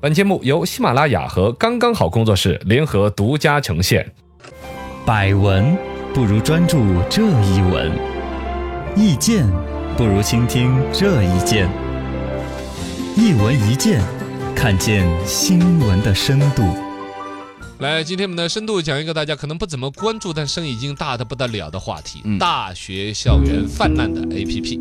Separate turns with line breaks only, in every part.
本节目由喜马拉雅和刚刚好工作室联合独家呈现。
百闻不如专注这一闻，意见不如倾听这一见。一闻一见，看见新闻的深度。
来，今天我们的深度讲一个大家可能不怎么关注，但声已经大的不得了的话题：
嗯
大学校园泛滥的 APP。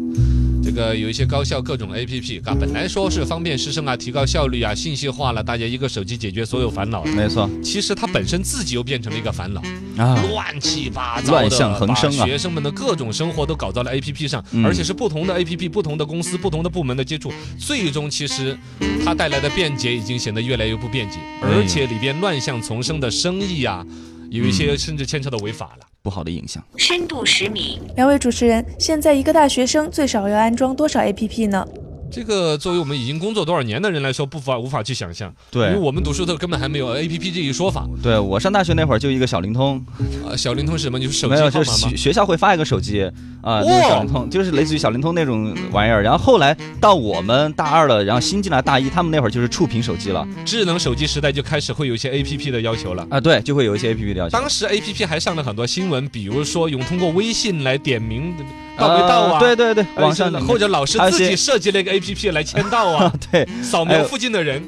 这个有一些高校各种 APP，啊，本来说是方便师生啊，提高效率啊，信息化了，大家一个手机解决所有烦恼。
没错
其实它本身自己又变成了一个烦恼，
啊，
乱七八糟的，
乱象横生啊
把学生们的各种生活都搞到了 APP 上，
嗯
而且是不同的 APP、不同的公司、不同的部门的接触，最终其实它带来的便捷已经显得越来越不便捷，
哎
而且里边乱象丛生的生意啊，有一些甚至牵扯到违法了。
不好的影响。
深度十米，
两位主持人，现在一个大学生最少要安装多少 APP 呢？
这个作为我们已经工作多少年的人来说，不法无法去想象，因为
对
我们读书的时候根本还没有 A P P 这一说法。
对，我上大学那会儿就一个小灵通，
啊，小灵通是什么？就是手机
没
号
有，
码
就是
吗哦
学？学校会发一个手机啊，那个小灵通就是类似于小灵通那种玩意儿。然后后来到我们大二了，然后新进来大一，他们那会儿就是触屏手机了
智能手机时代就开始会有一些 A P P 的要求了。
啊，对，就会有一些 A P P 了解。
当时 A P P 还上了很多新闻，比如说用通过微信来点名到没到啊，
呃对对对，
还有
网
一些
上
老或者老师
还有
自
一些
己设计了一个 A P P 来签到啊，
对，
扫
还
描
有
附近的 人，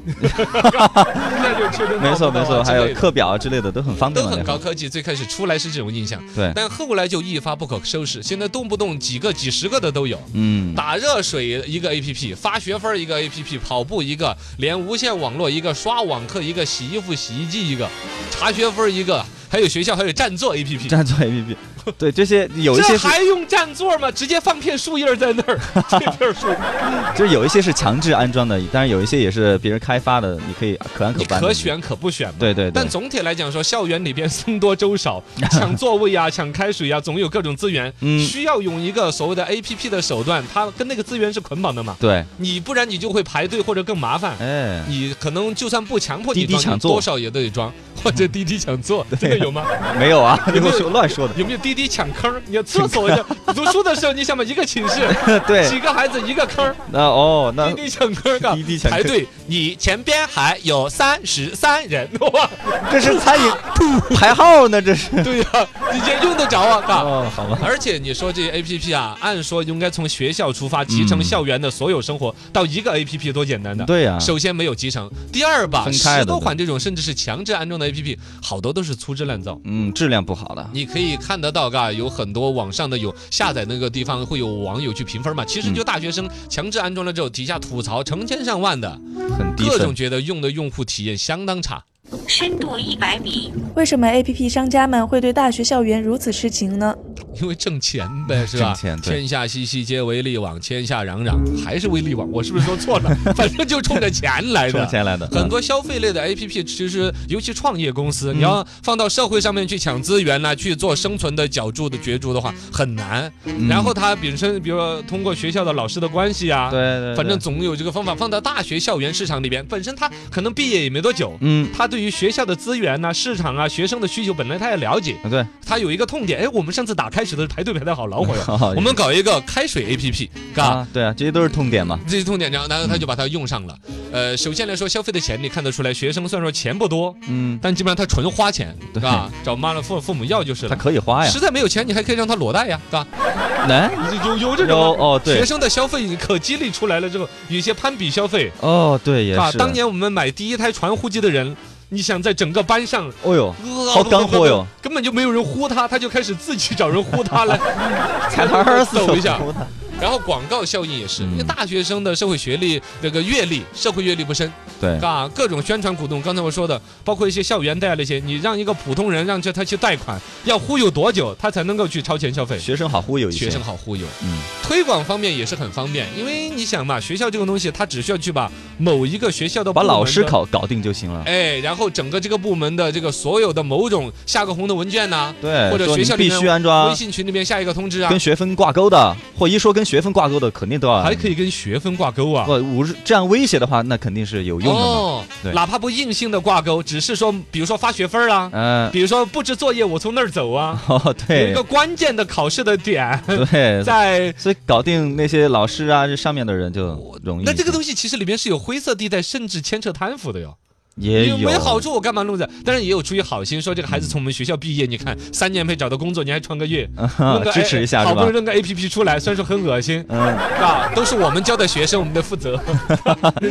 那就确认到
没错
不到
没
啊
错，
之
还有
类的
课表啊之类的都很方便
都
嘛。
很
那会儿
高科技，最开始出来是这种印象，
对，
但后来就一发不可收拾，现在动不动几个、几十个的都有。
嗯，
打热水一个 A P P，发学分一个 A P P，跑步一个，连无线网络一个，刷网课一个，洗衣服洗衣机一个，查学分一个，还有学校还有占座 A P P。
占座 A P P，对这些有一些
这
是
还用占座吗？直接放片树叶在那 儿，这片树
就是有一些是强制安装的，当然有一些也是别人开发的，你可以可安可
你
搬。
可。选可不选嘛。
对对对
但总体来讲说，校园里边僧多粥 少，抢座位呀、抢开水呀、啊总有各种资源，
嗯
需要用一个所谓的 A P P 的手段，它跟那个资源是捆绑的嘛。
对，
你不然你就会排队或者更麻烦。
哎，
你可能就算不强迫你
滴滴
装，
抢
你
座
多少也得 装，或者滴滴抢座，真的有吗？
没 有啊，
有没有
我乱说的。
有没有滴滴抢坑儿？你厕所一样，读书的时候，你想嘛，一个寝室
对
几，个孩子一个坑儿，
那哦，那
滴滴抢坑儿啊，
滴滴抢坑
排队，你前边还有三十三人， 哇，
这是 餐饮排号呢，这是。
对呀、你这用得着啊，嘎。
哦，好吧。
而且你说这 A P P 啊，按说应该从学校出发，集成
嗯
校园的所有生活，到一个 A P P 多简单的。
对呀，
首先没有集成，第二吧，
啊分开的
十多款这种甚至是强制安装的 APP，好多都是粗制滥造。
嗯，质量不好的。
你可以看得到，嘎，有很多网上的有下载那个地方会有网友去评分嘛。
嗯
其实就大学生强制安装了之后，底下吐槽成千上万的，
很低
各
分
种。觉得用的用户体验相当差。
深度一百米，
为什么 APP 商家们会对大学校园如此痴情呢？
因为挣钱呗，是吧？
挣钱对
天下熙熙皆为利往，天下攘攘还是为利往。我是不是说错了？ 反正就冲着钱来的
充。钱来的，嗯
很多消费类的 APP，其实尤其创业公司，你要放到社会上面去抢资源呐、去做生存的角逐的角逐的话，很难。
嗯
然后它本身，比如说通过学校的老师的关系啊，
对对，对
反正总有这个方法放到大学校园市场里边。本身它可能毕业也没多久。
嗯，
他对于学校的资源呐、市场啊、学生的需求，本来他也了解，
对，
他有一个痛点。哎，我们上次打开水的时候排队排的好恼 火呀，
好
我们搞一个开水 APP，嘎、
啊，对啊，这些都是痛点嘛。
这些痛点，然后然后他就把它用上了。呃，首先来说，消费的钱你看得出来，学生虽然说钱不多，
嗯，
但基本上他纯花钱，
对
吧？找妈的父父母要就是了。
它可以花呀
实。在没有钱，你还可以让他裸贷呀，对吧？
来，
有有这
有
种吗
哦，对
学，生的消费可激励出来了之后，有一些攀比消费，
哦，对，也
啊，
是。
当，年我们买第一台传呼机的人，你想在整个班上。
哦呦，
呃
好干货哟！
根本就没有人呼他，他就开始自己找人呼他
哎
了，
才玩儿死
抖一下。
我的
然后广告效应也是，
嗯
因为大学生的社会学历、那个阅历、社会阅历不深，
对，
啊，各种宣传鼓动。刚才我说的，包括一些校园贷啊那些，你让一个普通人让这他去贷款，要忽悠多久他才能够去超前消费？
学生好忽悠一些。
学生，好忽悠，
嗯，
推广方面也是很方便，因为你想嘛，学校这个东西，他只需要去把某一个学校的
把
部门
老师
的
考搞定就行了。
哎，然后整个这个部门的这个所有的某种下个红的文件呐、
对，
或者
说
学
你
校里
必
面
须安装
微信群里面下一个通知啊
跟，学分挂钩的，或一说跟学分挂钩的肯定都要
还可以跟学分挂钩啊
不。无这样威胁的话，那肯定是有用的嘛。
哦
对，
哪怕不硬性的挂钩，只是说，比如说发学分儿啊，
嗯、
比如说布置作业，我从那儿走啊，
哦
有一
对
个关键的考试的 点
对，
在。
所以搞定那些老师啊，这上面的人就容易一些。
那这个东西其实里面是有灰色地带，甚至牵扯贪腐的哟。
也有
没好处，我干嘛弄着？当然也有出于好心，说这个孩子从我们学校毕业，你看三年没找到工作，你还创个业，弄个
啊支持一下
A-
是
好不容
吧
易？弄个 A P P 出来，虽然说很恶心，
嗯，
啊，都是我们教的学生，我们得负 责，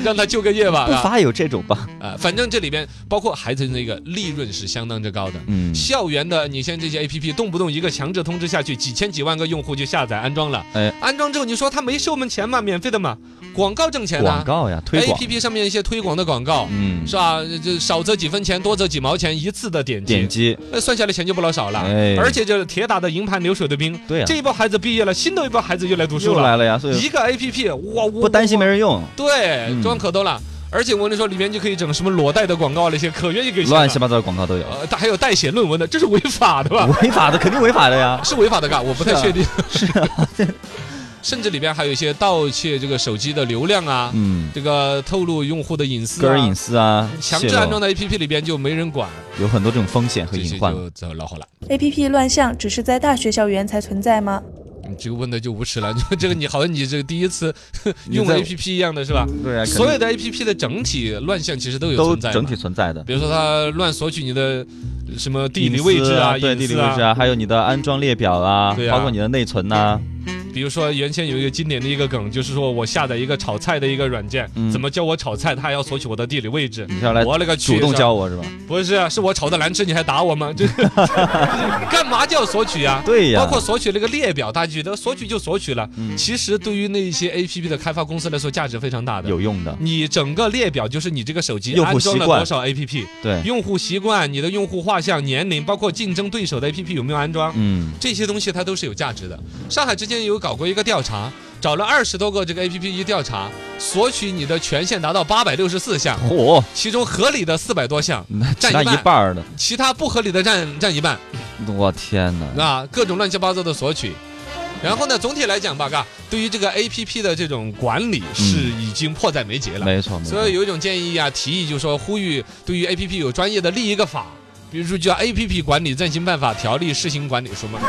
让他就个业吧。
不
啊
乏有这种吧？
啊，反正这里边包括孩子那个利润是相当之高的。
嗯，
校园的，你现在这些 A P P 动不动一个强制通知下去，几千几万个用户就下载安装了。
哎
安装之后你说他没收我们钱嘛，免费的嘛，广告挣钱呐、
广告呀，推
A
广
P，P 上面一些推广的广告，
嗯，
是吧？就少则几分钱，多则几毛钱一次的点击，
点击，
那算下来钱就不老少了。
哎
而且这铁打的营盘流水的兵，
对呀
这一波孩子毕业了，新的一波孩子又来读书
又来了呀，所以
一个 A P P，哇，
不担心没
人
人用，
对
嗯
装可多了。而且我跟你说，里面就可以整什么裸贷的广告那些，可愿意给钱了
乱七八糟的广告都有，
呃，他还有代写论文的，这是违法的吧？
违法的肯定违法的呀。
是违法的，嘎，我不太
是啊
确定。
是啊，
甚至里边还有一些盗窃这个手机的流量啊，
嗯，
这个透露用户的隐私、啊，
个人隐私啊，
强
泄
制
露
安装在 APP 里边就没人管，
有很多这种风险和
这些
隐患。
就走恼火了。
APP 乱象只是在大学校园才存在吗？
你这个问的就无耻了， 就这个你好像你这个第一次
你
用
在
APP 一样的是吧？
对啊，
所
肯
有的 APP 的整体乱象其实都有
定都
存在嘛，
整体存在的。
比如说它乱索取你的什么地理位置啊、
隐私对
隐
地理
私
位置啊，还有你的安装列表啊
对，啊
包括你的内存呐，
比如说，原先有一个经典的一个梗，就是说我下载一个炒菜的一个软件，
嗯
怎么教我炒菜，他还要索取我的地理位置。
你是要来
我勒个去！
主动
是吧
教我是吧？
不是啊，是我炒的难吃，你还打我吗？ 就是干嘛叫索取呀、
对呀，
包括索取那个列表，大家觉得索取就索取了。
嗯
其实对于那一些 A P P 的开发公司来说，价值非常大的。
有用的，
你整个列表就是你这个手机
用户
安装了
习惯
多少 A P P，
对，
用户习惯、你的用户画像、年龄，包括竞争对手的 A P P 有没有安装，
嗯，
这些东西它都是有价值的。上海之前有搞过一个调查，找了二十多个这个 A P P 一调查，索取你的权限达到八百六十四项，
嚯，
其中合理的四百多项，
那
占
那
一半
一半儿的，
其他不合理的占占一半，
我天哪，
啊，各种乱七八糟的索取。然后呢，总体来讲吧，嘎，对于这个 A P P 的这种管理是已经迫在眉睫了。
没错，没错
所以，有一种建议啊，提议就是说呼吁对于 A P P 有专业的立一个法，比如说叫《A P P 管理暂行办法条例试行管理书》嘛。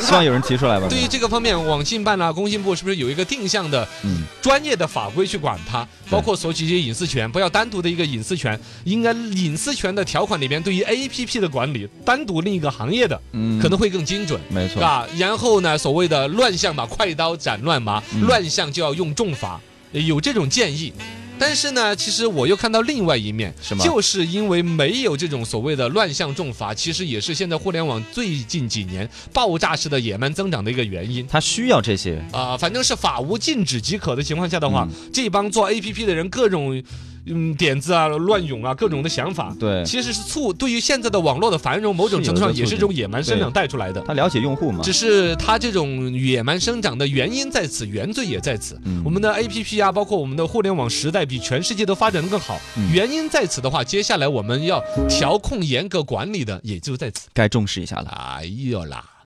希望有人提出来吧。
对于这个方面，网信办啊、工信部是不是有一个定向的
嗯，
专业的法规去管它？包括索取一些隐私权，不要单独的一个隐私权，应该隐私权的条款里面对于 A P P 的管理单独另一个行业的，
嗯
可能会更精准。
没错，
啊，然后呢，所谓的乱象嘛，快刀斩乱麻，
嗯
乱象就要用重罚，有这种建议。但是呢，其实我又看到另外一面，
是吗
就是因为没有这种所谓的乱象重罚，其实也是现在互联网最近几年爆炸式的野蛮增长的一个原因。
他需要这些，
啊、反正是法无禁止即可的情况下的话，
嗯
这帮做 APP 的人各种嗯点子啊、乱涌啊、各种的想法，
对
其实是促对于现在的网络的繁荣，某种
是有啊
程度上
一个
也
促
是这
进
种野蛮生长带出来的。
他了解用户嘛
只。是它这种野蛮生长的原因在此，原罪也在此。
嗯
我们的 A P P 啊，包括我们的互联网时代，比全世界都发展的更好。
嗯
原因在此的话，接下来我们要调控、严格管理的也就在此。
该重视一下了。
哎呦啦！